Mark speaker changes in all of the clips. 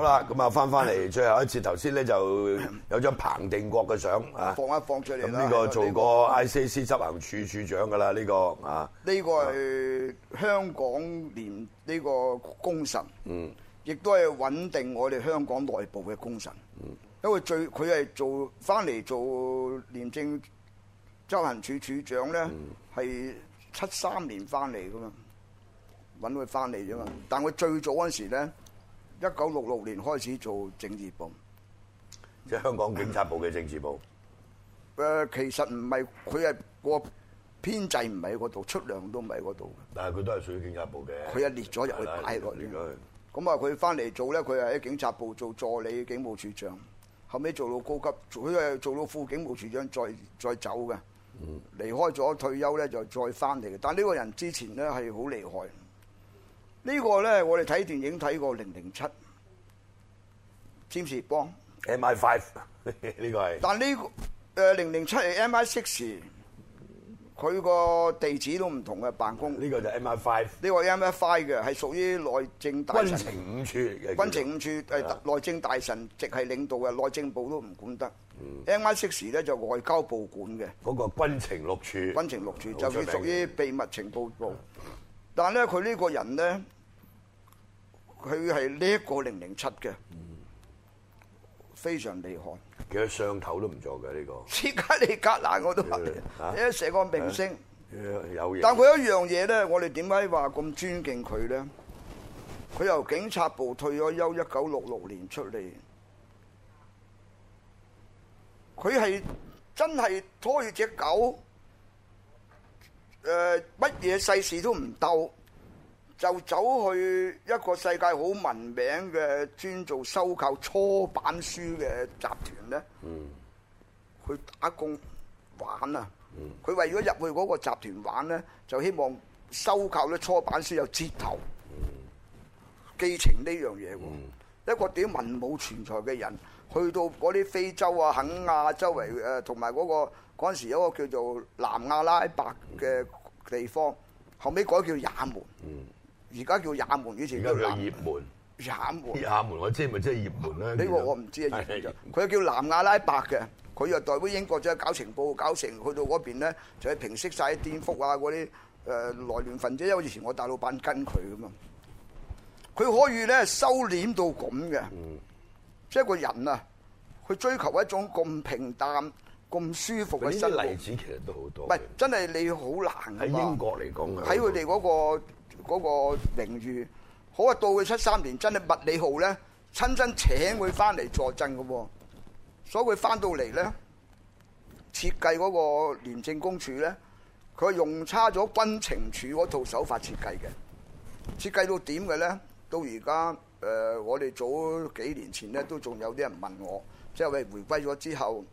Speaker 1: 啦，咁啊翻翻嚟最後一次，頭先咧就有張彭定國嘅相啊，
Speaker 2: 放一放出嚟
Speaker 1: 咁
Speaker 2: 嗯啦
Speaker 1: 呢個做過 ICC 執行處處長噶啦，呢個啊，
Speaker 2: 呢個係香港連呢個功臣，嗯，亦都係穩定我哋香港內部嘅功臣，嗯，因為最佢係做翻嚟做廉政執行處處長咧，
Speaker 1: 嗯
Speaker 2: 係七三年翻嚟噶嘛，揾佢翻嚟啫嘛，但佢最早嗰陣時咧，一九六六年開始做政治部。
Speaker 1: 即係香港警察部嘅政治部。
Speaker 2: 誒、呃其實唔係佢係個編制唔喺嗰度，出糧都唔喺嗰度
Speaker 1: 但係佢都係屬於警察部嘅。
Speaker 2: 佢係列咗入去
Speaker 1: 係啦
Speaker 2: 擺落嚟
Speaker 1: 列咗去
Speaker 2: 咁啊，佢翻嚟做咧，佢係喺警察部做助理警務處長，後尾做到高級，做佢係做到副警務處長再，再走嘅。離開咗退休咧，就再翻嚟嘅。但呢個人之前咧係好厲害。呢、個咧，我哋睇電影睇過《零零七》，詹士邦。
Speaker 1: MI Five 呢個係
Speaker 2: 但呢、個誒零零七係 MI Six，佢個地址都唔同嘅辦公。
Speaker 1: 呢個就 MI Five
Speaker 2: 呢個 MFI 嘅係屬於內政大
Speaker 1: 軍
Speaker 2: 臣，
Speaker 1: 情五處嘅
Speaker 2: 軍情五處誒內政大臣直係領導嘅，內政部都唔管得。MI
Speaker 1: 嗯
Speaker 2: Six 咧就外交部管嘅，
Speaker 1: 嗰個軍情六處。
Speaker 2: 軍情六處
Speaker 1: 好
Speaker 2: 就
Speaker 1: 出名
Speaker 2: 佢
Speaker 1: 嗯
Speaker 2: 屬於秘密情報部。但咧佢呢個人咧，佢係呢一個零零七嘅，
Speaker 1: 嗯
Speaker 2: 非常厲害。
Speaker 1: 其實上頭都唔錯嘅呢個
Speaker 2: 斯卡利格蘭我都話
Speaker 1: 啊，
Speaker 2: 你成個明星。
Speaker 1: 有嘢。
Speaker 2: 但佢有一樣嘢咧，我哋點解話咁尊敬佢咧？佢由警察部退咗休，一九六六年出嚟，佢係真係拖住只狗，誒乜嘢世事都唔鬥，就走去一個世界好聞名嘅專做收購初版書嘅集團咧。佢打工玩啊！佢為咗入去嗰個集團玩咧，就希望收購啲初版書有折頭，寄情呢樣嘢喎。一個點文武全才嘅人，去到嗰啲非洲啊、肯亞周圍誒，同埋嗰個嗰陣時有一個叫做南亞拉伯嘅地方，後尾改叫也門，而家叫也門，以前
Speaker 1: 嗯而家
Speaker 2: 叫
Speaker 1: 佢有
Speaker 2: 南
Speaker 1: 葉門，
Speaker 2: 也門。
Speaker 1: 葉門我知咪即係葉門啦。
Speaker 2: 呢個我唔知啊，
Speaker 1: 係
Speaker 2: 佢叫南亞拉伯嘅，佢又代表英國咗搞情報，搞成去到嗰邊咧就係平息晒啲顛覆啊嗰啲誒內亂分子，因為以前我大老闆跟佢噶嘛，佢可以咧收斂到咁嘅，
Speaker 1: 嗯
Speaker 2: 即係個人啊，佢追求一種咁平淡、咁舒服嘅
Speaker 1: 呢
Speaker 2: 生
Speaker 1: 啲
Speaker 2: 活，
Speaker 1: 例
Speaker 2: 唔
Speaker 1: 子其實都好多嘅。
Speaker 2: 係真係你好難啊
Speaker 1: 喺
Speaker 2: 㗎嘛
Speaker 1: 英國嚟講嘅，啊
Speaker 2: 睇佢哋嗰個嗰、個名譽。好啊，到佢七三年真係麥理浩咧親身請佢翻嚟坐鎮嘅喎，所以佢翻到嚟咧設計嗰個廉政公署咧，佢係用差咗軍情處嗰套手法設計嘅。設計到點嘅咧？到而家誒，我哋早幾年前咧，都仲有啲人問我，即係喂，回歸咗之後，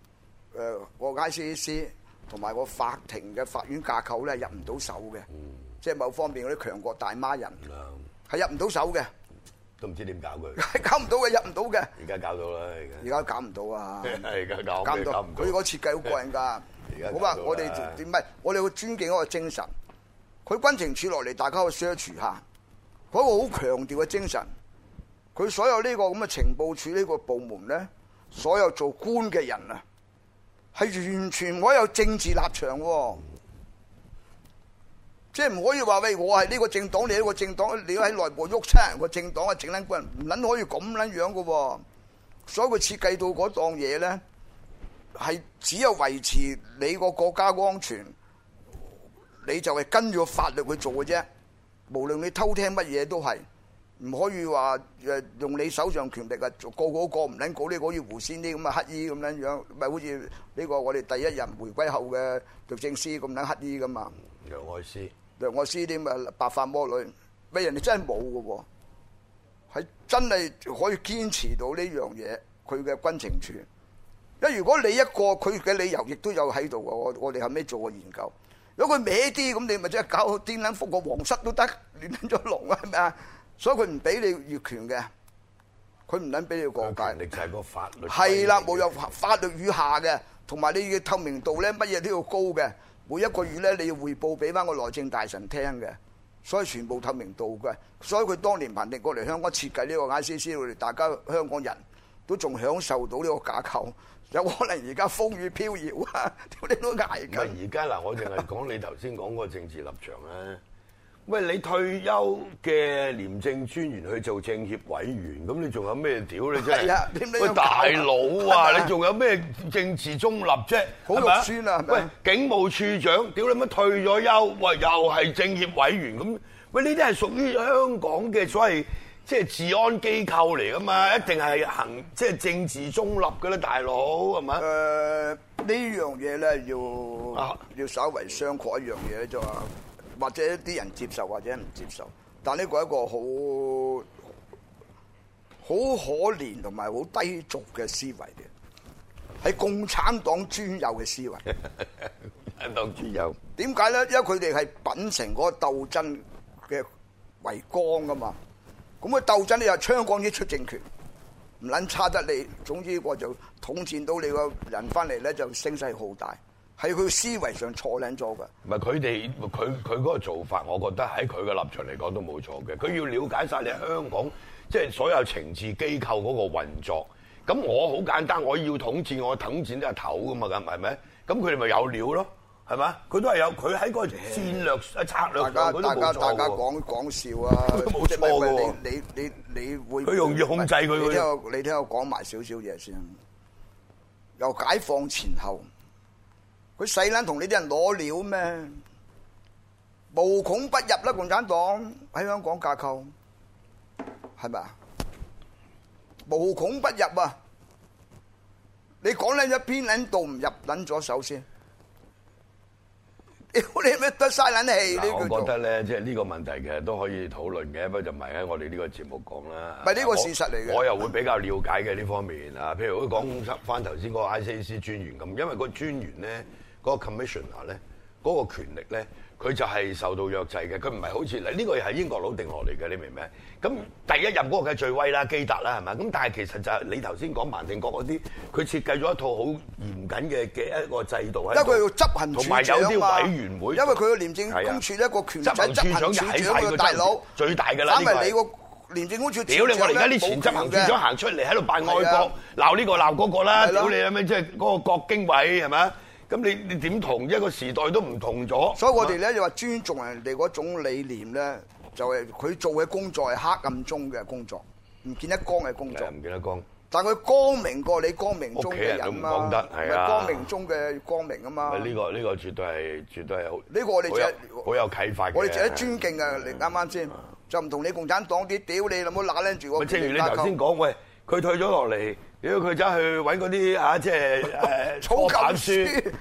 Speaker 2: 呃誒、個 ICAC 同埋個法庭嘅法院架構咧入唔到手嘅，即係某方面嗰啲強國大媽人
Speaker 1: 啊
Speaker 2: 係入唔到手嘅，
Speaker 1: 都唔知點搞佢。
Speaker 2: 係搞唔到嘅，入唔到嘅，
Speaker 1: 而家搞到啦，而家
Speaker 2: 而家搞唔到啊！
Speaker 1: 而家搞
Speaker 2: 搞唔
Speaker 1: 咩
Speaker 2: 到
Speaker 1: 搞唔，到
Speaker 2: 佢個設計好過癮㗎
Speaker 1: 而家。
Speaker 2: 好
Speaker 1: 搞到
Speaker 2: 話
Speaker 1: 啦
Speaker 2: 我哋點唔係，我哋要尊敬嗰個精神。佢軍情處落嚟，大家去 search 下，嗰、個好強調嘅精神。佢所有呢個咁嘅情報處呢個部門咧，所有做官嘅人啊，係完全唔可以有政治立場喎。即係唔可以話喂，我係呢個政黨，你呢個政黨，你喺內部喐親人個政黨啊，整撚棍，唔撚可以咁撚樣嘅喎。所以佢設計到嗰檔嘢咧，係只有維持你個國家安全，你就係跟住個法律去做嘅啫。無論你偷聽乜嘢都係，唔可以話誒用你手上權力啊，做個個都過唔撚過呢個好似胡仙啲咁嘅乞衣咁樣樣，咪好似呢個我哋第一任回歸後嘅律政司咁撚乞衣咁嘛。
Speaker 1: 楊愛詩
Speaker 2: 梁愛詩啲咪白髮魔女，咪人哋真係冇嘅喎，係真係可以堅持到呢樣嘢，佢嘅軍情處。因為如果你一個佢嘅理由亦都有喺度嘅，我我哋後尾做過研究。如果佢歪啲咁，你咪即係搞到癲撚覆個皇室都得，亂撚咗龍啊，係咪啊？所以佢唔俾你越權嘅，佢唔撚俾你過
Speaker 1: 個
Speaker 2: 界
Speaker 1: 權。力就係個法律。
Speaker 2: 係啦，冇有法律以下嘅，同埋你嘅透明度咧，乜嘢都要高嘅。每一個月咧，你要匯報俾翻個內政大臣聽嘅。所以全部透明度嘅。所以佢當年彭定過嚟香港設計呢個 ICC，我哋大家香港人都仲享受到呢個架構。有可能而家風雨飄搖啊，屌你都捱
Speaker 1: 唔係
Speaker 2: 緊。
Speaker 1: 而家嗱，我淨係講你頭先講嗰個政治立場咧。喂，你退休嘅廉政專員去做政協委員，咁你仲有咩屌你真
Speaker 2: 係啊點
Speaker 1: 係？
Speaker 2: 你
Speaker 1: 喂，
Speaker 2: 有搞
Speaker 1: 大
Speaker 2: 啊
Speaker 1: 佬啊，
Speaker 2: 係 咪
Speaker 1: 你仲有咩政治中立啫？
Speaker 2: 好
Speaker 1: 係咪
Speaker 2: 肉酸啊係咪
Speaker 1: 喂，警務處長，屌你乜退咗休，喂又係政協委員咁，喂呢啲係屬於香港嘅所謂即係治安機構嚟噶嘛，一定係行即係政治中立噶啦，大佬係咪
Speaker 2: 誒、？呃呢樣嘢咧，要、
Speaker 1: 啊
Speaker 2: 要稍為商榷一樣嘢就話，或者啲人接受，或者唔接受。但呢個係一個好好可憐同埋好低俗嘅思維嘅，係共產黨專有嘅思維。
Speaker 1: 當然有。
Speaker 2: 點解咧？因為佢哋係秉承嗰個鬥爭嘅為綱噶嘛。咁啊鬥爭你又槍桿子出政權，唔撚差得你。總之我就統戰到你個人翻嚟咧，就聲勢浩大。喺佢思維上錯撚咗㗎。
Speaker 1: 唔係佢哋佢佢嗰個做法，我覺得喺佢嘅立場嚟講都冇錯嘅。佢要了解晒你香港即係所有情治機構嗰個運作。咁我好簡單，我要統戰，我統戰都係頭噶嘛，咁係咪？咁佢哋咪有料咯，係咪？佢都係有，佢喺個戰略啊策略
Speaker 2: 大家
Speaker 1: 上佢都
Speaker 2: 大
Speaker 1: 冇
Speaker 2: 家
Speaker 1: 錯
Speaker 2: 大家
Speaker 1: 喎。
Speaker 2: 講講笑啊！
Speaker 1: 冇錯㗎喎
Speaker 2: 你你你你你會
Speaker 1: 佢容易控制佢
Speaker 2: 你
Speaker 1: 佢
Speaker 2: 聽我你聽我講埋少少嘢先。由解放前後，佢細撚同你啲人攞料咩？無孔不入啦！共產黨喺香港架構係咪啊？無孔不入啊！你講撚咗邊撚度唔入撚咗手先？屌你咩得嘥撚氣呢
Speaker 1: 嗱
Speaker 2: 叫
Speaker 1: 我覺
Speaker 2: 做
Speaker 1: 得？咧，即係呢個問題其實都可以討論嘅，不過就唔係喺我哋呢個節目講啦。
Speaker 2: 唔係呢個
Speaker 1: 我
Speaker 2: 事實嚟嘅
Speaker 1: 我又會比較了解嘅呢方面啊。譬如佢講翻頭先嗰個 ICAC 專員咁，因為個專員咧，嗰、個 commissioner 咧，嗰、個權力咧，佢就係受到約制嘅。佢唔係好似嗱呢個係英國佬定落嚟嘅，你明唔明？咁第一任嗰個梗係最威啦，基達啦係咪？咁但係其實就係你頭先講曼定國嗰啲，佢設計咗一套好嚴謹嘅嘅一個制度喺啊
Speaker 2: 因為
Speaker 1: 度。
Speaker 2: 佢要執行處
Speaker 1: 同
Speaker 2: 長
Speaker 1: 埋有啲
Speaker 2: 嘛
Speaker 1: 委員會，
Speaker 2: 因為佢個廉政
Speaker 1: 係啊
Speaker 2: 公署一個
Speaker 1: 執
Speaker 2: 權仔
Speaker 1: 行
Speaker 2: 執行
Speaker 1: 處長
Speaker 2: 處長
Speaker 1: 就喺晒個
Speaker 2: 嘅大佬
Speaker 1: 最大㗎啦
Speaker 2: 反
Speaker 1: 呢個係
Speaker 2: 為你個廉政公署處
Speaker 1: 屌你！我哋而家啲前執
Speaker 2: 長
Speaker 1: 行
Speaker 2: 呢
Speaker 1: 處長行出嚟喺度扮愛
Speaker 2: 係啊
Speaker 1: 國，鬧呢個鬧嗰個啦，
Speaker 2: 係咯
Speaker 1: 屌你咁樣即係嗰個國經委係咪？咁你你點同一個時代都唔同咗？啊
Speaker 2: 所以我哋咧就話尊重人哋嗰種理念咧，就係佢做嘅工作係黑暗中嘅工作，唔見得光嘅工作
Speaker 1: 係。唔記得講，
Speaker 2: 但佢光明過你光明中嘅
Speaker 1: 屋企
Speaker 2: 人嘛，
Speaker 1: 人都唔講得係啊
Speaker 2: 咪光明中嘅光明啊嘛。
Speaker 1: 呢個呢個絕對係絕對係好
Speaker 2: 呢個我哋
Speaker 1: 好
Speaker 2: 就係
Speaker 1: 有好有啟發嘅。
Speaker 2: 我哋值得尊敬嘅，你啱啱先就唔同你共產黨啲屌你老母揦撚住
Speaker 1: 咪
Speaker 2: 個
Speaker 1: 啊正如
Speaker 2: 權
Speaker 1: 你
Speaker 2: 力架
Speaker 1: 頭先
Speaker 2: 構，
Speaker 1: 講，喂，佢退咗落嚟，屌佢走去揾嗰啲嚇，即係誒
Speaker 2: 草
Speaker 1: 波板
Speaker 2: 根
Speaker 1: 書
Speaker 2: 書，
Speaker 1: 屌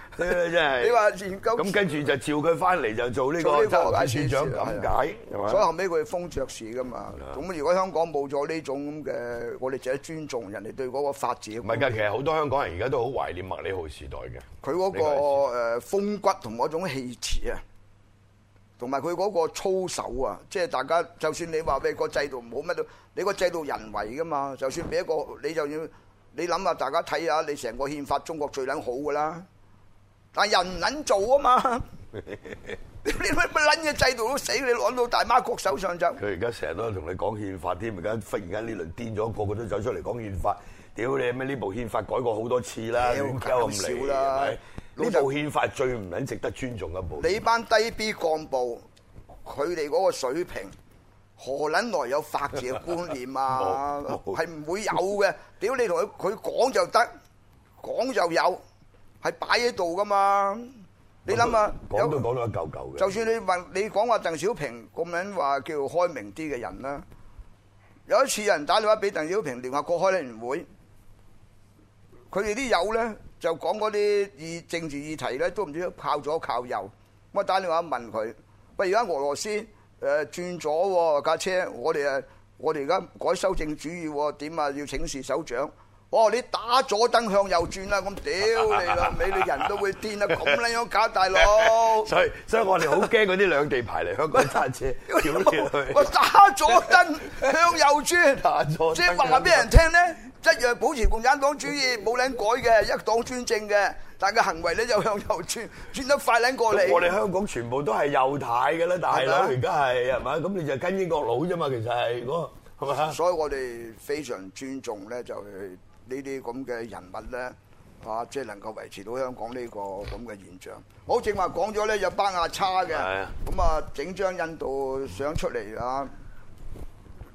Speaker 1: 你 真係。
Speaker 2: 你話研究
Speaker 1: 咁跟住就召佢翻嚟就做呢個
Speaker 2: 做呢個
Speaker 1: 執行處
Speaker 2: 解
Speaker 1: 長
Speaker 2: 釋
Speaker 1: 咁
Speaker 2: 事
Speaker 1: 解，係嘛啊
Speaker 2: 啊所以後尾佢封爵士噶嘛。咁如果香港冇咗呢種咁嘅，我哋值得尊重人哋對嗰個法治嘅
Speaker 1: 唔係㗎，其實好多香港人而家都好懷念麥理浩時代嘅。
Speaker 2: 佢嗰
Speaker 1: 呢係
Speaker 2: 個誒呃風骨同嗰種氣節啊，同埋佢嗰個操守啊，即係大家就算你話喂個制度唔好乜都，你個制度人為噶嘛，就算俾一個你就要你諗下，大家睇下你成個憲法中國最撚好噶啦，但係人唔撚做啊嘛，你乜乜撚嘅制度都死，你攞到大媽國手上就。
Speaker 1: 佢而家成日都同你講憲法添，而家忽然間呢輪癲咗，個個都走出嚟講憲法。屌你咩？呢部憲法改過好多次啦，
Speaker 2: 屌
Speaker 1: 亂鳩
Speaker 2: 搞
Speaker 1: 咁
Speaker 2: 笑
Speaker 1: 嚟
Speaker 2: 啦
Speaker 1: 係咪呢
Speaker 2: 老實
Speaker 1: 部憲法最唔撚值得尊重嘅一部。？
Speaker 2: 你班低 B 幹部，佢哋嗰個水平，何撚來有法治嘅觀念啊
Speaker 1: 冇冇
Speaker 2: 係唔會有嘅。屌你同佢佢講就得，講就有，係擺喺度噶嘛。你諗下，
Speaker 1: 講都
Speaker 2: 有
Speaker 1: 講到一嚿嚿嘅。
Speaker 2: 就算你問你講話鄧小平咁樣話叫開明啲嘅人啦，有一次有人打電話俾鄧小平聯合國開聯會，佢哋啲友咧就講嗰啲議政治議題咧，都唔知靠左靠右。我打電話問佢：喂，而家俄羅斯誒、呃、轉咗喎架車，我哋誒我哋而家改修正主義喎，點啊？要請示首長。哦，你打左燈向右轉啦，咁屌你啦，你你人都會癲啦，咁撚樣搞大佬。
Speaker 1: 所以所以我哋好驚嗰啲兩地牌嚟香港揸車，屌你去
Speaker 2: 我打左燈向右
Speaker 1: 打左燈
Speaker 2: 轉，即係話俾人聽咧，一樣保持共產黨主義冇撚改嘅，一黨專政嘅。但係佢行為咧就向右轉，轉得快撚過
Speaker 1: 咁
Speaker 2: 你。
Speaker 1: 我哋香港全部都係右太嘅啦，大佬而
Speaker 2: 係
Speaker 1: 家係係咪？咁你就跟英國佬啫嘛，其實係嗰個係咪
Speaker 2: 所以我哋非常尊重咧，就係呢啲咁嘅人物咧，啊，即係能夠維持到香港呢個咁嘅現象。好，正話講咗咧，有班亞叉嘅，
Speaker 1: 係啊
Speaker 2: 咁啊整張印度相出嚟啊，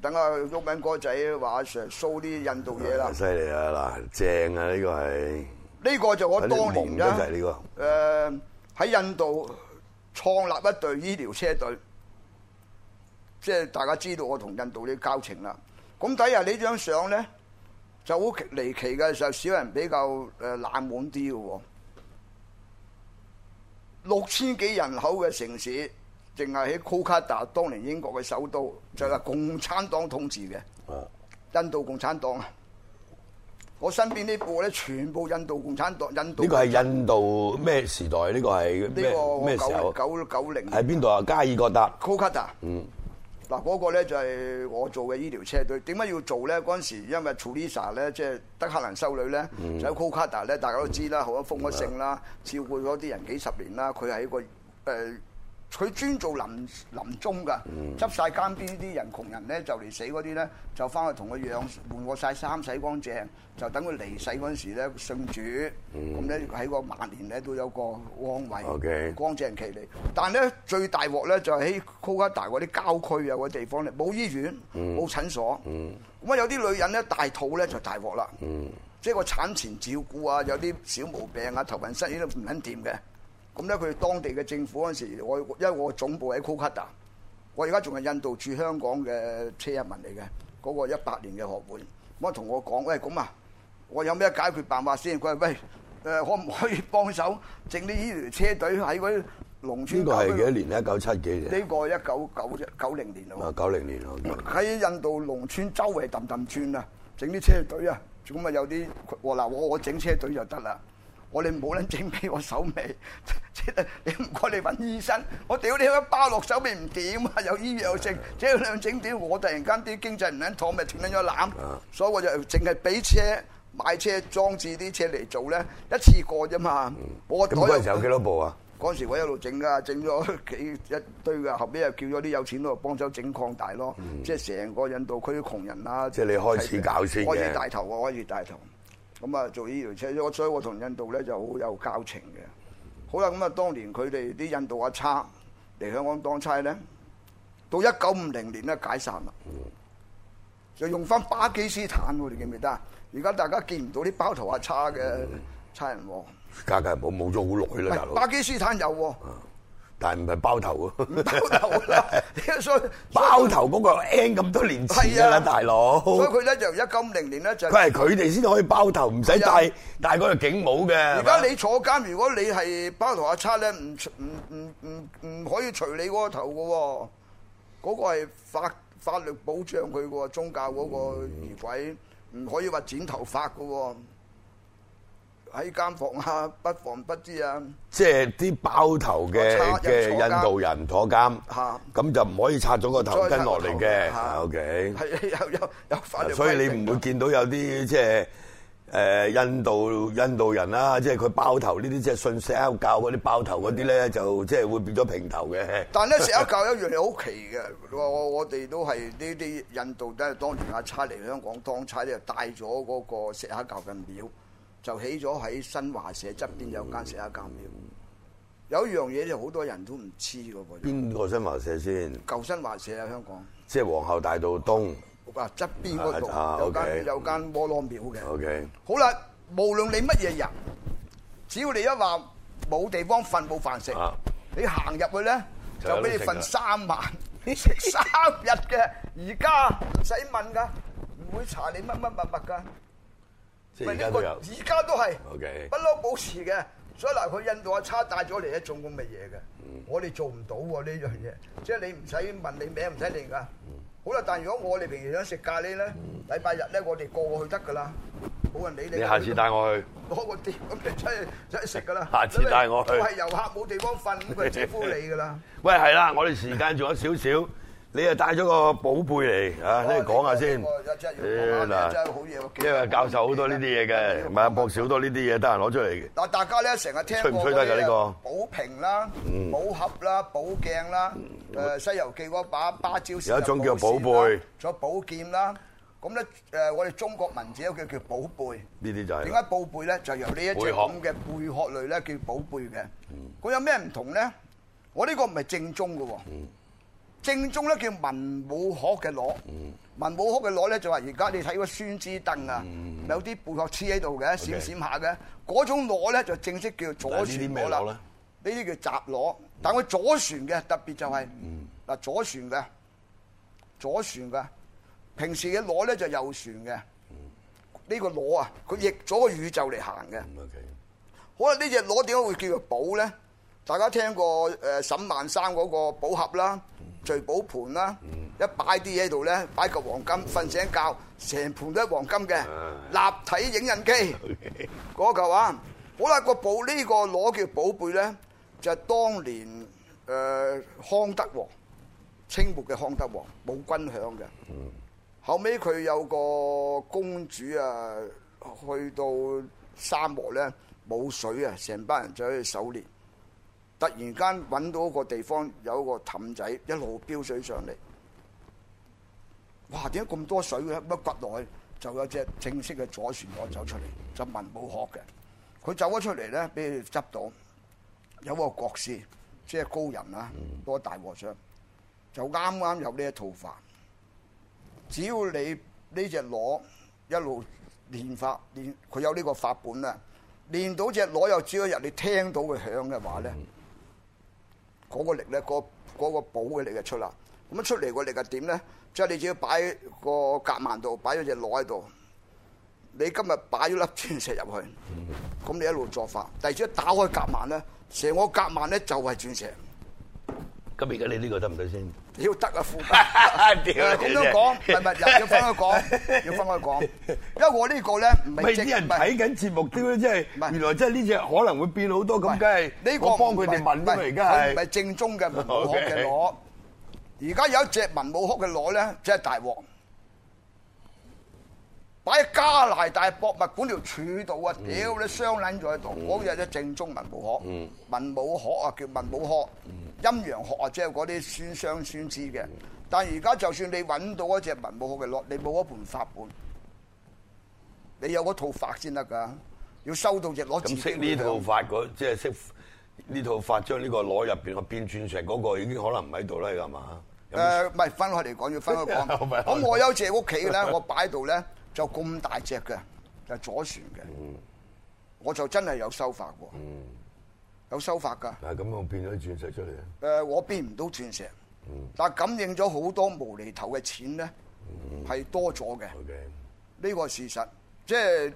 Speaker 2: 等阿鬱敏哥仔話阿 Sir show 啲印度嘢啦。
Speaker 1: 犀利啊！嗱，正啊，呢個係
Speaker 2: 呢個就我當年啦
Speaker 1: 有啲蒙得滯呢個。
Speaker 2: 誒喺印度創立一隊醫療車隊，即係大家知道我同印度啲交情啦。咁睇下呢張相咧，就好離奇嘅，就少人比較誒冷門啲嘅喎。六千幾人口嘅城市，淨係喺庫卡達，當年英國嘅首都，就係共產黨統治嘅。印度共產黨啊！我身邊呢部咧，全部印度共產黨，印度
Speaker 1: 呢個係印度咩時代？呢個係
Speaker 2: 呢個我
Speaker 1: 咩咩時候？啊
Speaker 2: 九九九零
Speaker 1: 喺邊度啊？加爾各答。
Speaker 2: Kolkata
Speaker 1: 嗯，
Speaker 2: 嗱嗰個咧就係我做嘅醫療車隊。點解要做咧？嗰陣時因為 Teresa 咧，即係德克蘭修女咧，
Speaker 1: 嗯
Speaker 2: 就喺 Kolkata 咧，大家都知啦，好封咗性啦，照顧咗啲人幾十年啦。佢係一個誒，佢、專做臨臨終㗎，
Speaker 1: 嗯
Speaker 2: 執晒監邊啲人窮人咧就嚟死嗰啲咧，就翻去同佢養換過晒衫，洗乾淨，就等佢離世嗰陣時咧信主，咁咧喺個晚年咧都有個安慰。
Speaker 1: 嗯 OK
Speaker 2: 光正其利。但咧最大鑊咧就係喺高加大嗰啲郊區啊嗰啲地方咧，冇醫院，冇診所。咁啊有啲女人咧大肚咧就大鑊啦，即係個產前照顧啊，有啲小毛病啊、頭暈身呢都唔肯掂嘅。咁咧佢哋當地嘅政府嗰陣時，我因為我總部喺高加大，我而家仲係印度駐香港嘅車人民嚟嘅，嗰、個一百年嘅學會，咁啊同我講，喂咁啊，我有咩解決辦法先？佢話喂。誒、可唔 可以幫手整啲醫療車隊喺嗰啲農
Speaker 1: 呢
Speaker 2: 村
Speaker 1: 個
Speaker 2: 搞嗰
Speaker 1: 係
Speaker 2: 啲
Speaker 1: 幾多年啊咧？一九七幾年
Speaker 2: 呢個一九九九零年咯
Speaker 1: 啊，，九零年咯。
Speaker 2: 喺印度農村周圍氹氹轉啊，整啲車隊啊，咁啊有啲我嗱我我整車隊就得啦。我哋冇撚整俾我手尾， 即係你唔該你揾醫生，我屌你一包落手尾唔掂啊，有醫藥性，即係兩整屌我突然間啲經濟唔撚妥，咪斷撚咗攬，
Speaker 1: 啊
Speaker 2: 所以我就淨係俾車買車裝置啲車嚟做咧，一次過啫嘛，我
Speaker 1: 嗯咁嗰
Speaker 2: 袋
Speaker 1: 陣
Speaker 2: 入
Speaker 1: 時有幾多部啊？
Speaker 2: 嗰陣時我一路整噶，整咗 幾一堆噶，後尾又叫咗啲有錢佬幫手整擴大咯，即係成個印度區窮人啊啦。
Speaker 1: 嗯即係你開始搞先嘅
Speaker 2: 開始帶頭啊，開始帶頭。咁啊，做醫療車，所以所以我同印度咧就好有交情嘅。好啦，咁啊，當年佢哋啲印度阿差嚟香港當差咧，到一九五零年咧解散啦，就用翻巴基斯坦喎，你記唔記得啊？而家大家見唔到啲包頭阿差嘅差人喎，
Speaker 1: 家家冇冇咗好耐嗯啦，大
Speaker 2: 喂巴
Speaker 1: 佬。
Speaker 2: 基斯坦有喎。
Speaker 1: 但係唔係包頭啊？
Speaker 2: 包頭啦，所以
Speaker 1: 包頭嗰個 N 咁多年前哎㗎啦，
Speaker 2: 係啊
Speaker 1: 大佬。
Speaker 2: 所以佢咧就一九五零年咧就
Speaker 1: 佢係佢哋先可以包頭，唔使戴
Speaker 2: 係啊
Speaker 1: 戴嗰個警帽嘅。
Speaker 2: 而
Speaker 1: 而
Speaker 2: 家你坐監，如果你係包頭阿差咧，唔唔唔唔唔可以除你嗰個頭嘅喎，嗰、個係法法律保障佢嘅喎，宗教嗰個儀軌唔可以話剪頭髮嘅喎，喺監房啊，不防不知啊，
Speaker 1: 即係啲包頭嘅
Speaker 2: 我插入
Speaker 1: 嘅
Speaker 2: 坐監
Speaker 1: 印度人坐監
Speaker 2: 嚇，
Speaker 1: 咁就唔可以拆咗個頭
Speaker 2: 再
Speaker 1: 巾
Speaker 2: 拆
Speaker 1: 落
Speaker 2: 個
Speaker 1: 嚟
Speaker 2: 頭
Speaker 1: 嘅。
Speaker 2: 嚇
Speaker 1: 啊 OK，啊
Speaker 2: 係有有有法律
Speaker 1: 所以
Speaker 2: 規定
Speaker 1: 你唔
Speaker 2: 㗎
Speaker 1: 會見到有啲即係誒印度印度人啦，即係佢包頭呢啲即係信錫教嗰啲包頭嗰啲咧，就即係會變咗平頭嘅。
Speaker 2: 但咧，錫教有一樣嘢好奇嘅，我我我哋都係呢啲印度都係當年阿差嚟香港當差咧，就帶咗嗰個錫教嘅廟，就起咗喺新華社側邊有間錫教廟。有一樣嘢就好多人都唔知嘅喎，
Speaker 1: 邊個新華社先？
Speaker 2: 舊新華社喺香港
Speaker 1: 即係皇后大道東。
Speaker 2: 啊側邊嗰度
Speaker 1: 啊
Speaker 2: 有
Speaker 1: ，OK
Speaker 2: 間有間摩羅廟嘅。
Speaker 1: OK，
Speaker 2: 好啦，無論你乜嘢人，只要你一話冇地方瞓冇飯食
Speaker 1: 啊，
Speaker 2: 你行入去咧
Speaker 1: 就有
Speaker 2: 就
Speaker 1: 得
Speaker 2: 俾你
Speaker 1: 食㗎
Speaker 2: 瞓三晚，食三日嘅。而家唔使問噶，唔會查你乜乜乜乜噶。
Speaker 1: 即係
Speaker 2: 咪
Speaker 1: 而家
Speaker 2: 呢
Speaker 1: 都
Speaker 2: 個
Speaker 1: 有。
Speaker 2: 而家都係
Speaker 1: OK
Speaker 2: 不嬲保持嘅。所以嗱，佢印度阿差帶咗嚟一種咁嘅嘢嘅，我哋做唔到喎呢樣嘢，即係你唔使問你名，唔使嚟噶。好啦，但如果我哋平時想食咖喱咧，禮拜日咧我哋個個去得噶啦，冇人理你。
Speaker 1: 你下次帶我去。
Speaker 2: 攞個碟咁你出去出去食噶啦。
Speaker 1: 下次帶我去
Speaker 2: 我係遊客冇地方瞓，咁佢招呼你噶啦。
Speaker 1: 喂，係啦，我哋時間仲有少少，你又帶咗個寶貝嚟啊！你講下先。
Speaker 2: 真係要講下真係好嘢喎
Speaker 1: 因為教授好多呢啲嘢嘅，唔係博士好多呢啲嘢，得閒攞出嚟嘅。
Speaker 2: 嗱，大家咧成日聽
Speaker 1: 吹
Speaker 2: 過
Speaker 1: 唔吹得
Speaker 2: ờ,
Speaker 1: 㗎呢個
Speaker 2: 寶瓶啦、寶盒啦、寶鏡啦、誒《西遊記》嗰把芭蕉扇
Speaker 1: 有一種叫寶貝，
Speaker 2: 仲有寶劍啦。咁咧誒，我哋中國文字有叫叫寶貝。
Speaker 1: 呢啲就係
Speaker 2: 點解寶貝咧就由呢一
Speaker 1: 貝
Speaker 2: 隻
Speaker 1: 殼嗯
Speaker 2: 咁嘅貝殼類咧叫寶貝嘅？咁有咩唔同咧？我呢個唔係正宗嘅喎，
Speaker 1: 嗯
Speaker 2: 正宗咧叫文武殼嘅螺。
Speaker 1: 嗯
Speaker 2: 文武殼嘅螺咧就話而家你睇個孫之凳啊，
Speaker 1: 嗯
Speaker 2: 有啲貝殼黐喺度嘅，閃閃下嘅嗰種螺咧就正式叫左
Speaker 1: 嗱呢啲
Speaker 2: 旋
Speaker 1: 咩
Speaker 2: 螺
Speaker 1: 螺
Speaker 2: 啦
Speaker 1: 咧。
Speaker 2: 呢啲叫雜螺，但佢左旋嘅特別就係
Speaker 1: 嗯
Speaker 2: 嗱左旋嘅左旋嘅，平時嘅螺咧就右旋嘅。呢個螺啊，佢逆咗個宇宙嚟行嘅。
Speaker 1: 嗯，OK
Speaker 2: 好啦，呢只螺點解會叫做寶咧？大家聽過誒、呃沈萬三嗰個寶盒啦、聚寶盤啦，一擺啲嘢喺度咧，擺嚿黃金，瞓醒覺成盤都係黃金嘅，立體影印機。
Speaker 1: OK。
Speaker 2: 嗰嚿啊，好啦，個寶呢、個攞叫寶貝咧，就係、當年誒、呃康德王清末嘅康德王冇軍響嘅，後尾佢有個公主啊，去到沙漠咧冇水啊，成班人就去狩獵，突然間揾到一個地方有一個氹仔，一路飆水上嚟。哇！點解咁多水嘅？乜掘落去就有隻正式嘅左旋螺走出嚟，就文武殼嘅。佢走咗出嚟咧，俾佢執到，有個國師，即係高人啦，多大和尚，就啱啱有呢一套法。只要你呢只螺一路練法，練佢有呢個法本啦，練到只螺又只要一日你聽到佢響嘅話咧。嗰個力咧，嗰、嗰個寶嘅力就出啦。咁啊樣出嚟個力係點咧？即係你只要擺個夾萬度，擺咗隻螺喺度，你今日擺咗粒鑽石入去，咁你一路作法。第二朝一打開夾萬咧，成個夾萬咧就係鑽石，
Speaker 1: 咁而家你呢個得唔得 先？
Speaker 2: 屌得啊！富貴
Speaker 1: 屌
Speaker 2: 咁樣講，唔 係唔係，又要分開講，要分開講，因為我呢個咧唔
Speaker 1: 咪
Speaker 2: 係
Speaker 1: 啲
Speaker 2: 正
Speaker 1: 人
Speaker 2: 唔係
Speaker 1: 睇緊節目啲即係
Speaker 2: 係
Speaker 1: 原來即係呢只可能會變好多，咁梗係
Speaker 2: 呢個
Speaker 1: 我幫佢哋問
Speaker 2: 唔
Speaker 1: 㗎
Speaker 2: 係
Speaker 1: 嘛，而家
Speaker 2: 佢唔係
Speaker 1: 係
Speaker 2: 正宗嘅文武學嘅螺。而家有一隻文武學嘅螺咧，即係大鑊，擺喺加拿大博物館條柱度
Speaker 1: 嗯
Speaker 2: 啊！屌你傷撚咗喺度，嗰樣咧正宗文武
Speaker 1: 嗯
Speaker 2: 學，文武學啊叫文武學，陰陽學啊即係嗰啲酸相酸枝
Speaker 1: 嗯
Speaker 2: 嘅。但而家就算你揾到一隻文武學嘅螺，你冇嗰盤法本。你有嗰套法先得㗎，要收到隻螺自己
Speaker 1: 咁識
Speaker 2: 會
Speaker 1: 呢套
Speaker 2: 響
Speaker 1: 法嗰即係識呢套法將呢個攞入邊個變鑽石嗰個已經可能唔喺度啦，係嘛？有冇
Speaker 2: 呃誒，唔係分開嚟講，要 分開
Speaker 1: 唔係
Speaker 2: 講。咁我有隻屋企咧， 我擺度咧就咁大隻嘅，就左旋嘅，
Speaker 1: 嗯
Speaker 2: 我就真係有收法喎，有收法㗎。
Speaker 1: 嗱咁我變咗啲鑽石出嚟啊！
Speaker 2: 誒，我變唔到鑽石，
Speaker 1: 嗯
Speaker 2: 但係感應咗好多無厘頭嘅錢咧，
Speaker 1: 嗯
Speaker 2: 係多咗嘅。
Speaker 1: OK，
Speaker 2: 呢個事實，即係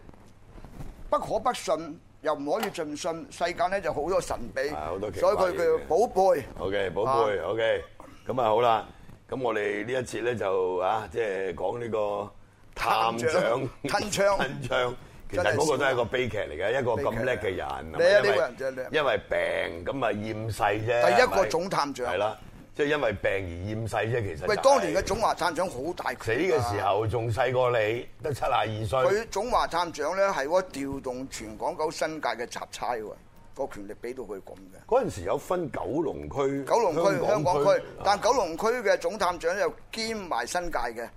Speaker 2: 不可不信，又唔可以盡信。世間咧就好多神秘
Speaker 1: 係啊好多，奇怪
Speaker 2: 所以佢
Speaker 1: 嘢
Speaker 2: 叫
Speaker 1: 嘅
Speaker 2: 寶貝。
Speaker 1: OK，寶貝，OK，咁啊好啦，咁我哋呢一節咧就啊，即係講呢個探長
Speaker 2: 探長
Speaker 1: 吞槍，其實嗰個都係一個悲劇嚟嘅，一個咁叻嘅人，
Speaker 2: 你啊呢個人真係叻
Speaker 1: 因為病咁啊厭世啫，
Speaker 2: 第一個總探長
Speaker 1: 係啦，即係因為病而厭世啫，其實就
Speaker 2: 喂，
Speaker 1: 係
Speaker 2: 當年嘅總華探長好大權啊
Speaker 1: 死嘅時
Speaker 2: 㗎
Speaker 1: 候仲細過你，得七廿二歲，
Speaker 2: 佢總華探長咧係嗰調動全港九新界嘅雜差喎，個權力俾到佢咁嘅。
Speaker 1: 嗰陣時有分九龍區、
Speaker 2: 九龍區、香港區，但
Speaker 1: 啊
Speaker 2: 九龍區嘅總探長又兼埋新界嘅，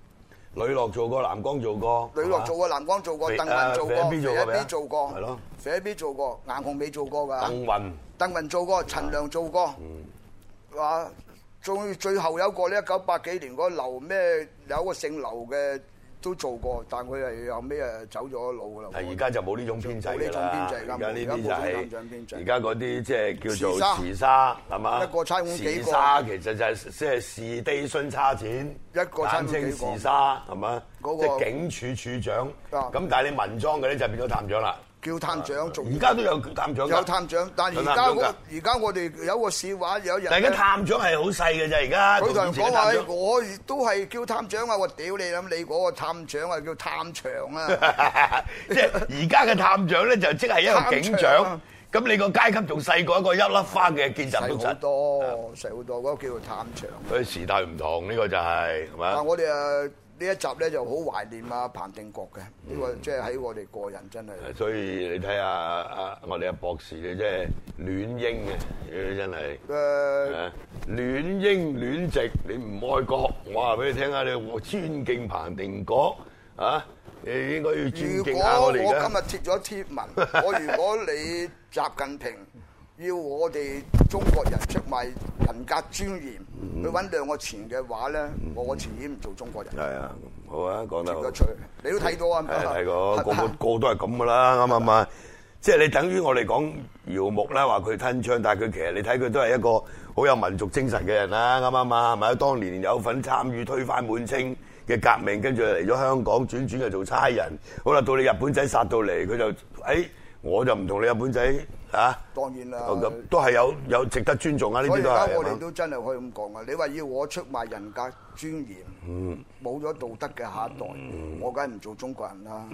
Speaker 1: 呂樂做過，藍江做過，
Speaker 2: 呂樂做過，藍光做過，
Speaker 1: 啊肥
Speaker 2: 鄧雲做過，
Speaker 1: 誒
Speaker 2: 肥
Speaker 1: 肥
Speaker 2: 一
Speaker 1: B 做過未啊
Speaker 2: B 做過，
Speaker 1: 係咯
Speaker 2: 肥一 B 做過，顏雄未做過㗎，
Speaker 1: 鄧啊嗯雲。
Speaker 2: 鄧雲做過，陳亮做過，話仲最後有一個咧，一九八幾年嗰個劉咩有個姓劉嘅都做過，但佢係後尾誒走咗路㗎啦。
Speaker 1: 係而家就冇呢種編制㗎啦，
Speaker 2: 冇呢
Speaker 1: 而家
Speaker 2: 種編制㗎
Speaker 1: 呢啲就
Speaker 2: 而家冇呢種
Speaker 1: 係
Speaker 2: 編制
Speaker 1: 而家嗰啲即係叫
Speaker 2: 時差
Speaker 1: 做時沙係嘛？
Speaker 2: 一個差館幾個
Speaker 1: 時沙其實就係即係士地詢差展，一
Speaker 2: 個差館幾個
Speaker 1: 時沙係嘛？
Speaker 2: 嗰
Speaker 1: 即
Speaker 2: 個
Speaker 1: 係警署署長，
Speaker 2: 啊
Speaker 1: 咁但係你民裝嘅咧就變咗探長啦。
Speaker 2: 叫探長做
Speaker 1: 而家都有探長㗎，
Speaker 2: 有探長，但而
Speaker 1: 有
Speaker 2: 家
Speaker 1: 探
Speaker 2: 我
Speaker 1: 㗎
Speaker 2: 而家我哋有個笑話，有人
Speaker 1: 但係而家探長係好細嘅啫，而家
Speaker 2: 佢同
Speaker 1: 同
Speaker 2: 人
Speaker 1: 以前
Speaker 2: 講
Speaker 1: 嘅
Speaker 2: 話
Speaker 1: 探長，
Speaker 2: 我都係叫探長啊！我屌你諗，你嗰個探長啊 叫探長啊！
Speaker 1: 即係而家嘅探長咧就即係一個警
Speaker 2: 探長
Speaker 1: 長
Speaker 2: 啊。
Speaker 1: 咁你個階級仲細過一個一粒花嘅建制督
Speaker 2: 細好
Speaker 1: 察，
Speaker 2: 多，細好多，嗰個叫做探長。
Speaker 1: 佢時代唔同呢個就係係
Speaker 2: 但
Speaker 1: 嘛？
Speaker 2: 我哋誒呢一集咧就好懷念啊彭定國嘅，呢個即係喺我哋個人真係。
Speaker 1: 所以你睇下啊，我哋阿博士你真係戀英嘅，你真係。
Speaker 2: 誒，
Speaker 1: 啊戀英戀殖，你唔愛國，我話俾你聽啊！你我尊敬彭定國啊，你應該要尊
Speaker 2: 如
Speaker 1: 敬
Speaker 2: 果
Speaker 1: 下
Speaker 2: 我
Speaker 1: 我
Speaker 2: 今
Speaker 1: 哋
Speaker 2: 日
Speaker 1: 而家。
Speaker 2: 貼咗貼文，我如果你習近 平要我哋中國人出賣人格尊嚴，去揾兩個錢嘅話咧，我前已經唔做中國人，
Speaker 1: 係啊，好啊，講得
Speaker 2: 貼
Speaker 1: 好。
Speaker 2: 咗出去，你都睇到 啊，
Speaker 1: 係係 個個
Speaker 2: 係
Speaker 1: 個
Speaker 2: 嘛
Speaker 1: 個都係咁噶啦，啱唔啱？即係你等於我哋講姚木啦，話佢吞槍，但係佢其實你睇佢都係一個好有民族精神嘅人啦，啱唔啱啊？係咪？當年有份參與推翻滿清嘅革命，跟住嚟咗香港，轉轉就做差人。好啦，到你日本仔殺到嚟，佢就誒、哎我就唔同你日本仔啊，
Speaker 2: 當然啦。
Speaker 1: 咁都係有有值得尊重啊！呢
Speaker 2: 所以
Speaker 1: 啲都
Speaker 2: 而
Speaker 1: 係
Speaker 2: 家我哋
Speaker 1: 係嘛。
Speaker 2: 都真係可以咁講啊！你話要我出賣人格尊嚴，冇咗道德嘅下一代，我梗係唔做中國人啦，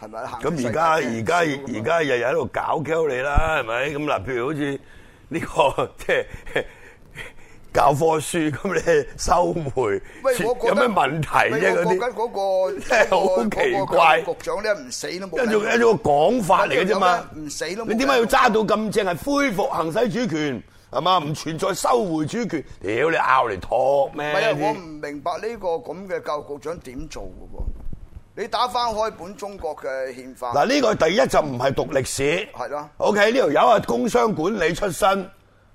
Speaker 2: 係咪？行
Speaker 1: 咁而家而家而家日日喺度搞 Q 你啦，係咪？咁嗱，譬如好似呢、個 即係 教科書咁，你收回
Speaker 2: 喂，
Speaker 1: 切
Speaker 2: 我覺
Speaker 1: 有
Speaker 2: 得
Speaker 1: 咩問題啫？嗰
Speaker 2: 我覺得
Speaker 1: 啲
Speaker 2: 嗰個
Speaker 1: 真係好奇怪
Speaker 2: 嗰個局長咧唔死都冇
Speaker 1: 一
Speaker 2: 計。
Speaker 1: 種一種講法嚟嘅啫嘛，
Speaker 2: 唔死都冇
Speaker 1: 你點解要揸到咁正？係恢復行使主權係嘛？唔存在收回主權。屌你拗嚟托咩？
Speaker 2: 唔係啊！我唔明白呢個咁嘅教育局長點做嘅喎？你打翻開本中國嘅憲法，
Speaker 1: 嗱，呢個第一就唔係讀歷史，
Speaker 2: 係咯
Speaker 1: OK，呢條友係工商管理出身，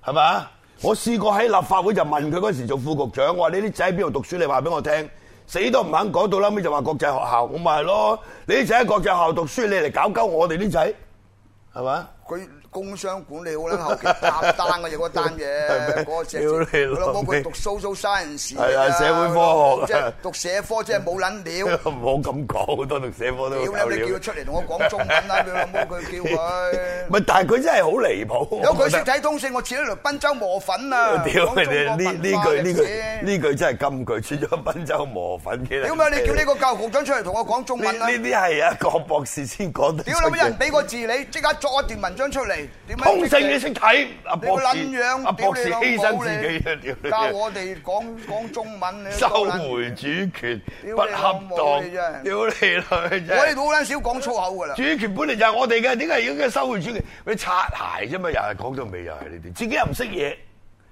Speaker 1: 係咪我試過喺立法會就問佢嗰時做副局長，我話你啲仔喺邊度讀書？你話俾我聽，死都唔肯講到啦，尾就話國際學校，我咪係咯，你啲仔喺國際學校讀書，你嚟搞鳩我哋啲仔，係咪
Speaker 2: 佢工商管理好撚後期搭單嘅，有嗰單嘢，嗰個社
Speaker 1: 屌你
Speaker 2: 佢
Speaker 1: 老
Speaker 2: 老母
Speaker 1: 味
Speaker 2: 佢讀 social science
Speaker 1: 係啊
Speaker 2: 㗎
Speaker 1: 社會科學
Speaker 2: 即係讀社科，即係冇撚料。
Speaker 1: 唔好咁講，好多讀社科都
Speaker 2: 屌
Speaker 1: 有
Speaker 2: 你！你
Speaker 1: 料
Speaker 2: 叫佢。出嚟同我講中文啦，你老母佢叫佢。
Speaker 1: 唔係，但係佢真係好離譜。
Speaker 2: 有
Speaker 1: 我
Speaker 2: 佢
Speaker 1: 覺
Speaker 2: 識
Speaker 1: 得
Speaker 2: 睇通勝，我似喺度賓州磨粉
Speaker 1: 屌
Speaker 2: 啊！講
Speaker 1: 你
Speaker 2: 中國
Speaker 1: 呢呢
Speaker 2: 文化
Speaker 1: 句呢
Speaker 2: 歷史
Speaker 1: 句呢句真係金句，穿咗賓州磨粉嘅。
Speaker 2: 屌咪你叫呢個教育局長出嚟同我講中
Speaker 1: 呢
Speaker 2: 文啦！
Speaker 1: 呢啲係啊，郭博士先講得出
Speaker 2: 屌
Speaker 1: 嘅。
Speaker 2: 你乜人俾個字你，即刻作一段文章出嚟，點樣
Speaker 1: 通勝你
Speaker 2: 識
Speaker 1: 識睇阿
Speaker 2: 你個
Speaker 1: 博士
Speaker 2: 撚樣，
Speaker 1: 阿博士
Speaker 2: 屌你
Speaker 1: 犧
Speaker 2: 老
Speaker 1: 牲
Speaker 2: 母
Speaker 1: 自己啊！
Speaker 2: 你
Speaker 1: 屌你
Speaker 2: 教我哋講講中文，你
Speaker 1: 收
Speaker 2: 都夠撚
Speaker 1: 回主權
Speaker 2: 你
Speaker 1: 不
Speaker 2: 老
Speaker 1: 恰
Speaker 2: 母你真
Speaker 1: 當，
Speaker 2: 係
Speaker 1: 屌你啦！真
Speaker 2: 我哋
Speaker 1: 係
Speaker 2: 好撚少講粗口㗎啦
Speaker 1: 主。權本嚟就係我哋嘅，點解而家收回主權？你擦鞋啫嘛，又係講到尾又係呢啲，自己又唔識嘢，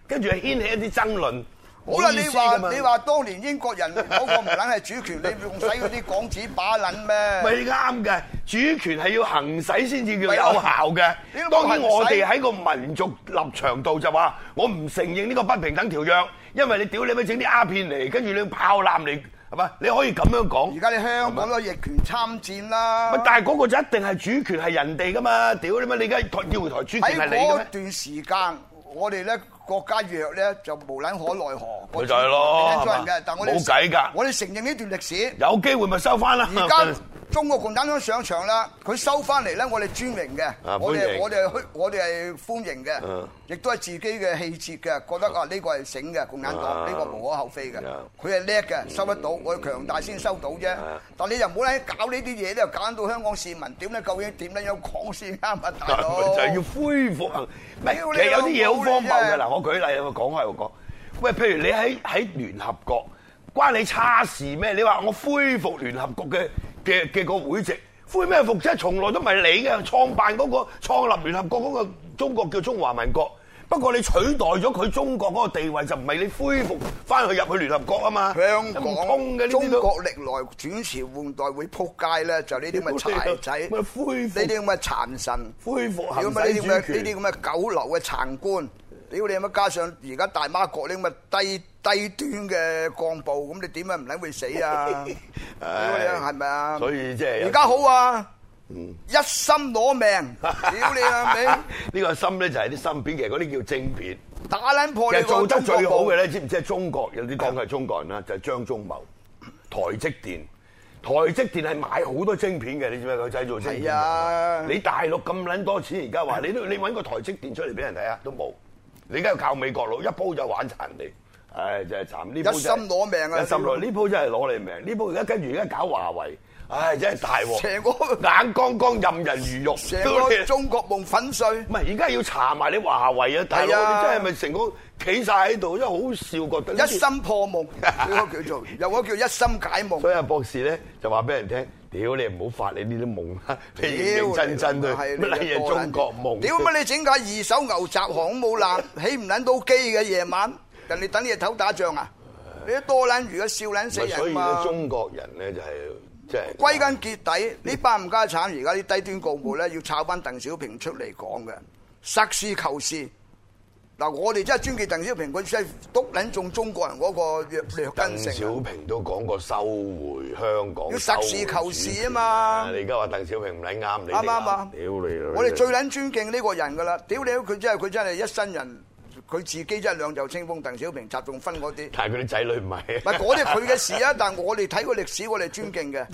Speaker 1: 跟住又掀起一啲爭論。
Speaker 2: 好啦，
Speaker 1: 冇意
Speaker 2: 你
Speaker 1: 思
Speaker 2: 話
Speaker 1: 㗎嘛
Speaker 2: 你話當年英國人嗰個唔撚係主權，你仲使嗰啲港紙把撚咩？
Speaker 1: 咪啱嘅，主權係要行使先至叫有效嘅
Speaker 2: 你都。冇
Speaker 1: 當然我
Speaker 2: 行使
Speaker 1: 哋喺個民族立場度就話，我唔承認呢個不平等條約，因為你屌你咪整啲鴉片嚟，跟住你炮艦嚟，係嘛？你可以咁樣
Speaker 2: 而
Speaker 1: 講。
Speaker 2: 家你香港都逆權參戰啦
Speaker 1: 咪。但係嗰個就一定係主權係人哋噶嘛？屌你咪你而家台要回台 主權
Speaker 2: 喺
Speaker 1: 係你嘅咩
Speaker 2: 嗰？段時間，我哋咧國家弱咧就無撚可奈何。
Speaker 1: 咪就係咯
Speaker 2: 我知道你聽
Speaker 1: 係嘛
Speaker 2: 錯人嘅，但我哋
Speaker 1: 冇計㗎
Speaker 2: 我哋承認呢段歷史。
Speaker 1: 有機會咪收翻啦。
Speaker 2: 而家中國共產黨上場啦，佢收翻嚟咧，我哋尊榮嘅，我
Speaker 1: 歡
Speaker 2: 哋
Speaker 1: 迎
Speaker 2: 我哋我哋係歡迎嘅
Speaker 1: 嗯，
Speaker 2: 亦都係自己嘅氣節嘅，覺得啊呢個係醒嘅共產
Speaker 1: 啊
Speaker 2: 黨，呢個無可厚非嘅
Speaker 1: 嗯，
Speaker 2: 佢係叻嘅，收得到，我哋強大先收到啫
Speaker 1: 嗯。
Speaker 2: 但你又唔好咧搞呢啲嘢咧，搞到香港市民點咧？究竟點咧？有講先啱啊，大佬。
Speaker 1: 就係要恢復行，唔係
Speaker 2: 屌你
Speaker 1: 其實有啲嘢好
Speaker 2: 老
Speaker 1: 荒
Speaker 2: 母
Speaker 1: 謬嘅
Speaker 2: 你真係
Speaker 1: 嗱，我舉例啊我講開又講，喂，譬如你喺喺聯合國，關你差事咩？你話我恢復聯合國嘅嘅嘅個會籍，恢咩復啫？從來都唔係你嘅創辦嗰、個創立聯合國嗰個中國叫中華民國。不過你取代咗佢中國嗰個地位，就唔係你恢復翻去入去聯合國啊嘛。
Speaker 2: 香
Speaker 1: 唔通嘅
Speaker 2: 港
Speaker 1: 呢啲
Speaker 2: 中
Speaker 1: 都
Speaker 2: 國歷來轉時換代會撲街咧，就呢啲咁嘅柴仔，
Speaker 1: 咪恢復
Speaker 2: 呢啲咁嘅殘神，
Speaker 1: 恢復
Speaker 2: 屌
Speaker 1: 行
Speaker 2: 咪
Speaker 1: 使
Speaker 2: 呢啲
Speaker 1: 主
Speaker 2: 咁嘅
Speaker 1: 權
Speaker 2: 呢啲咁嘅九流嘅殘官，屌你乜加上而家大媽國呢啲咁嘅低低端嘅幹部，咁你點解唔撚會死 啊？屌你啊係咪啊？
Speaker 1: 所以即係有
Speaker 2: 而家好啊，一心攞命，屌你啊咪！
Speaker 1: 呢個芯咧就係啲芯片，其實嗰啲叫晶片。
Speaker 2: 打撚破
Speaker 1: 其
Speaker 2: 你
Speaker 1: 實
Speaker 2: 個
Speaker 1: 做得
Speaker 2: 中國
Speaker 1: 最好
Speaker 2: 夢
Speaker 1: 嘅咧，知唔知係中國有啲講佢係中國人啦，就係張忠謀、台積電。台積電係買好多晶片嘅，你知唔知佢製造晶
Speaker 2: 係
Speaker 1: 片？
Speaker 2: 啊，
Speaker 1: 你大陸咁撚多錢，而家話你都你揾個台積電出嚟俾人睇啊，都冇。你而家要靠美國佬一煲就玩殘你，唉，真係慘！呢
Speaker 2: 一
Speaker 1: 鋪
Speaker 2: 心
Speaker 1: 真係
Speaker 2: 攞命啊
Speaker 1: 一心攞呢鋪真係攞你命。呢鋪而家跟住而家搞華為，唉，真係大鑊！
Speaker 2: 成個
Speaker 1: 眼光光任人魚肉，
Speaker 2: 成
Speaker 1: 屌
Speaker 2: 個
Speaker 1: 你
Speaker 2: 中國夢粉碎。
Speaker 1: 唔係而家要查埋你華為啊！大
Speaker 2: 係啊
Speaker 1: 佬，你真係咪成個企晒喺度？因為好笑覺得呢
Speaker 2: 一
Speaker 1: 啲
Speaker 2: 心破夢，呢個叫做，又嗰個叫一心解夢。
Speaker 1: 所以阿博士咧就話俾人聽：，屌你唔好發你呢啲夢啦， 你認認真真對
Speaker 2: 係
Speaker 1: 乜嘢中國夢？
Speaker 2: 屌乜你整架二手牛雜航母艦，起唔撚到機嘅夜晚，人哋等你日頭打仗啊！你都多撚魚嘅笑撚死
Speaker 1: 咪所以
Speaker 2: 人
Speaker 1: 咧，
Speaker 2: 嘛！
Speaker 1: 中國人咧就係即係
Speaker 2: 歸根結底，呢班唔家產而家啲低端幹部咧，要抄翻鄧小平出嚟講嘅，實事求是。嗱，我哋真係尊敬鄧小平，佢真係篤撚中中國人嗰個略略
Speaker 1: 鄧
Speaker 2: 根性啊。
Speaker 1: 小平都講過收回香港，
Speaker 2: 要實事求是啊嘛
Speaker 1: 你而家話鄧小平唔撚啱，你
Speaker 2: 啱啱啊
Speaker 1: 屌你啦！
Speaker 2: 我哋最撚尊敬呢個人噶啦，屌你，佢真係佢真係一生人，佢自己真係兩袖清風，鄧小平、習仲勳嗰啲，
Speaker 1: 但係佢啲仔女唔
Speaker 2: 唔
Speaker 1: 係
Speaker 2: 係嗰啲佢嘅事啊，但我哋睇個歷史，我哋尊敬嘅，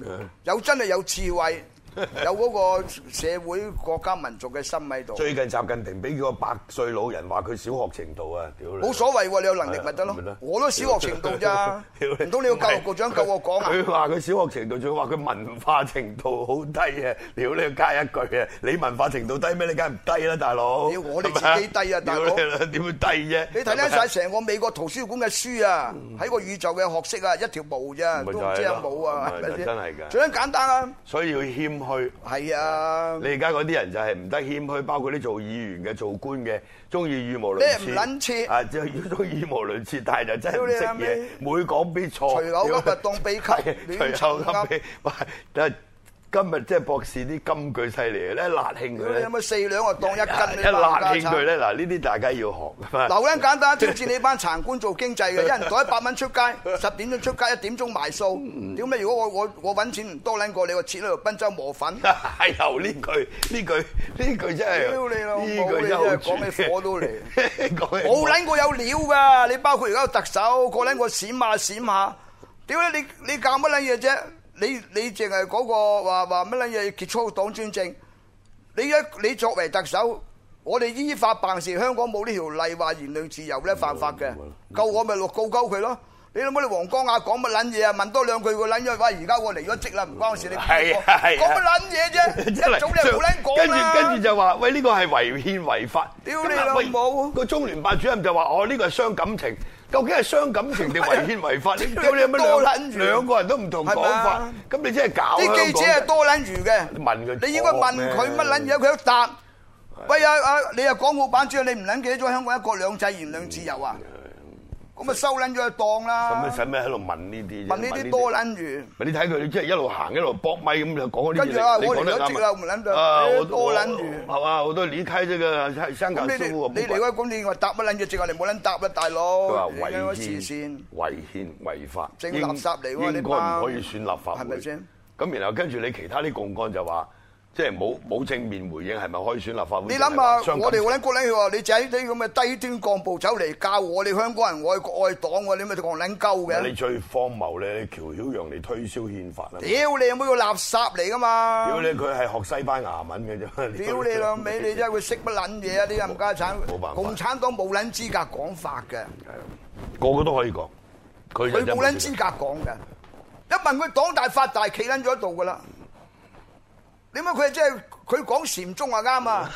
Speaker 2: 有真係有智慧， 有嗰個社會國家民族嘅心喺 度，
Speaker 1: 最近習近平俾個百歲老人話佢小學程度啊，屌你！
Speaker 2: 冇所謂喎，你有能力咪得咯
Speaker 1: 咪得，
Speaker 2: 我都小學程度 咋，唔通你個教育局長夠我講啊？
Speaker 1: 佢話佢小學程度，仲話佢文化程度好低啊！屌你加一句啊！你文化程度低咩？你梗係唔低啦，大佬。
Speaker 2: 屌我哋自己低啊大佬
Speaker 1: 屌你啦點會低啫？
Speaker 2: 你睇得晒成個美國圖書館嘅書啊，喺個宇宙嘅學識啊，一條毛咋，
Speaker 1: 嗯咪
Speaker 2: 都
Speaker 1: 就
Speaker 2: 唔
Speaker 1: 係
Speaker 2: 知
Speaker 1: 咯
Speaker 2: 有冇啊，
Speaker 1: 咪
Speaker 2: 係咪
Speaker 1: 就
Speaker 2: 先？
Speaker 1: 真係㗎
Speaker 2: 最緊簡單啊，
Speaker 1: 所以要謙虛。
Speaker 2: 係啊。
Speaker 1: 你而家嗰啲人就係唔得謙虛，包括啲做議員嘅、做官嘅，中意語無倫次。
Speaker 2: 咩唔撚切
Speaker 1: 啊，即係中意語無倫次，但係就真係唔識
Speaker 2: 屌你
Speaker 1: 嘢
Speaker 2: 阿，
Speaker 1: 每講必錯。
Speaker 2: 隨口噏啊當秘笈
Speaker 1: 係
Speaker 2: 亂
Speaker 1: 隨
Speaker 2: 插
Speaker 1: 口
Speaker 2: 噏
Speaker 1: 噏秘。喂，但係今日即係博士啲金句犀利嘅咧，辣興佢
Speaker 2: 屌你
Speaker 1: 咧
Speaker 2: 有。冇四兩啊當一斤？
Speaker 1: 哎一辣
Speaker 2: 家
Speaker 1: 興佢咧，嗱呢啲大家要學啊
Speaker 2: 嗱，好撚簡單，挑戰你班殘官做經濟嘅，一人袋一百蚊出街，十點鐘出街，一點鐘埋數。屌咩？如果我我我揾錢唔多撚過你，我切喺度賓州磨粉。
Speaker 1: 係由呢句呢句呢句真係，
Speaker 2: 屌你老母
Speaker 1: 呢句真係好絕
Speaker 2: 你真係講起火都嚟
Speaker 1: 講 起火
Speaker 2: 冇撚過有料㗎，你包括而家個特首個撚個閃下閃下，屌你你你搞乜撚嘢啫？你你淨係嗰個話話乜撚嘢結束黨專政？你一你作為特首，我哋依法辦事，香港冇呢條例話言論自由咧犯法嘅，夠我咪落告鳩佢咯。你諗乜？你黃光亞講乜撚嘢啊？問多兩句佢撚咗，喂！而家我離咗職啦，唔關我事。你
Speaker 1: 係啊係啊
Speaker 2: 講乜撚嘢 啫？
Speaker 1: 真係
Speaker 2: 一早你就冇撚講
Speaker 1: 跟住
Speaker 2: 啦。
Speaker 1: 跟住就話喂呢個係違憲違法，
Speaker 2: 屌你
Speaker 1: 咁啊
Speaker 2: 老
Speaker 1: 喂
Speaker 2: 母
Speaker 1: 個中聯辦主任就話哦呢個係傷感情，究竟係傷感情定違憲違法？你屌你有乜兩
Speaker 2: 多撚住
Speaker 1: 兩個人都唔同講
Speaker 2: 係咪
Speaker 1: 法
Speaker 2: 啊，
Speaker 1: 咁你真係搞香
Speaker 2: 啲
Speaker 1: 港
Speaker 2: 記者係多撚餘嘅，
Speaker 1: 你問佢
Speaker 2: 你應該問佢乜撚嘢，佢都答。喂啊啊！你又港澳版主任，你唔撚記得咗香港一國兩制言論自由啊？咁咪收撚咗佢當
Speaker 1: 咁你
Speaker 2: 啦。
Speaker 1: 使咩喺度問呢啲啫？
Speaker 2: 問呢啲多撚餘，
Speaker 1: 咪你睇佢，即係一路行一路搏咪咁就講嗰啲嘢。
Speaker 2: 跟住啊
Speaker 1: 你
Speaker 2: 我
Speaker 1: 講得
Speaker 2: 嚟咗
Speaker 1: 啱
Speaker 2: 職啦我唔撚到
Speaker 1: 啊，
Speaker 2: 你
Speaker 1: 我
Speaker 2: 多撚住
Speaker 1: 我係嘛？我都離開這個香港啊
Speaker 2: 咁你
Speaker 1: 生活
Speaker 2: 哋
Speaker 1: 不
Speaker 2: 你
Speaker 1: 管。
Speaker 2: 嚟嗰咁，你話答乜撚嘢？正話你冇撚答啦，大佬。
Speaker 1: 佢話
Speaker 2: 你應該
Speaker 1: 違憲
Speaker 2: 視線。、
Speaker 1: 違憲、違法，
Speaker 2: 正垃圾嚟喎
Speaker 1: 應
Speaker 2: 呢
Speaker 1: 該
Speaker 2: 班
Speaker 1: 唔可以選立法會。
Speaker 2: 係咪先？
Speaker 1: 咁然後跟住你其他啲共幹就話，即係冇冇正面回應係咪可以選立法會？
Speaker 2: 你
Speaker 1: 定係話
Speaker 2: 諗下，
Speaker 1: 傷感
Speaker 2: 我哋嗰撚國撚佢話你仔啲咁嘅低端幹部走嚟教我哋香港人愛國愛黨喎，你咪講撚鳩嘅。
Speaker 1: 你最荒謬咧，喬曉陽嚟推銷憲法啦！
Speaker 2: 屌你有冇個垃圾嚟噶嘛？
Speaker 1: 屌你，佢係學西班牙文嘅啫。
Speaker 2: 屌你老味，你真係會識乜撚嘢啊！啲冚家
Speaker 1: 冇辦法
Speaker 2: 產，共產黨冇撚資格講法嘅，
Speaker 1: 個個都可以講，佢就
Speaker 2: 佢
Speaker 1: 真係
Speaker 2: 冇撚資格講嘅。一問佢黨大法大，企撚咗喺度噶啦。你乜佢真係佢講禪宗啊 啱啊，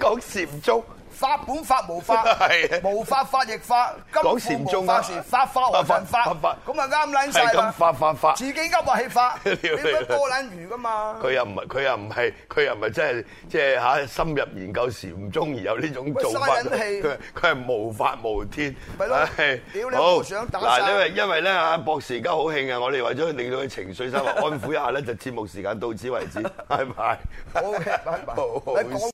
Speaker 1: 講禪宗。
Speaker 2: 法本法無 法
Speaker 1: 係啊，
Speaker 2: 無法法亦法，金
Speaker 1: 講禪
Speaker 2: 庫無
Speaker 1: 宗
Speaker 2: 法
Speaker 1: 啊
Speaker 2: 時法法何人法
Speaker 1: 法法，
Speaker 2: 咁啊啱撚
Speaker 1: 係
Speaker 2: 晒啦
Speaker 1: 咁。發發發
Speaker 2: 自。己噏話係法，你
Speaker 1: 屌 你
Speaker 2: 乜多撚魚噶嘛？
Speaker 1: 佢又唔係，佢又唔係，佢又唔係真係即係嚇深入研究禪宗而有呢種做法。
Speaker 2: 喂嘥人氣
Speaker 1: 佢佢係無法無天。
Speaker 2: 咪咯
Speaker 1: 唉
Speaker 2: 屌你
Speaker 1: 好
Speaker 2: 無想打
Speaker 1: 嗱，
Speaker 2: 晒
Speaker 1: 因為因為咧嚇博士而家好興啊！我哋為咗令到佢情 緒生活安撫一下咧，就節目時間到此為止，拜拜。
Speaker 2: 好嘅拜拜
Speaker 1: 好好
Speaker 2: 你講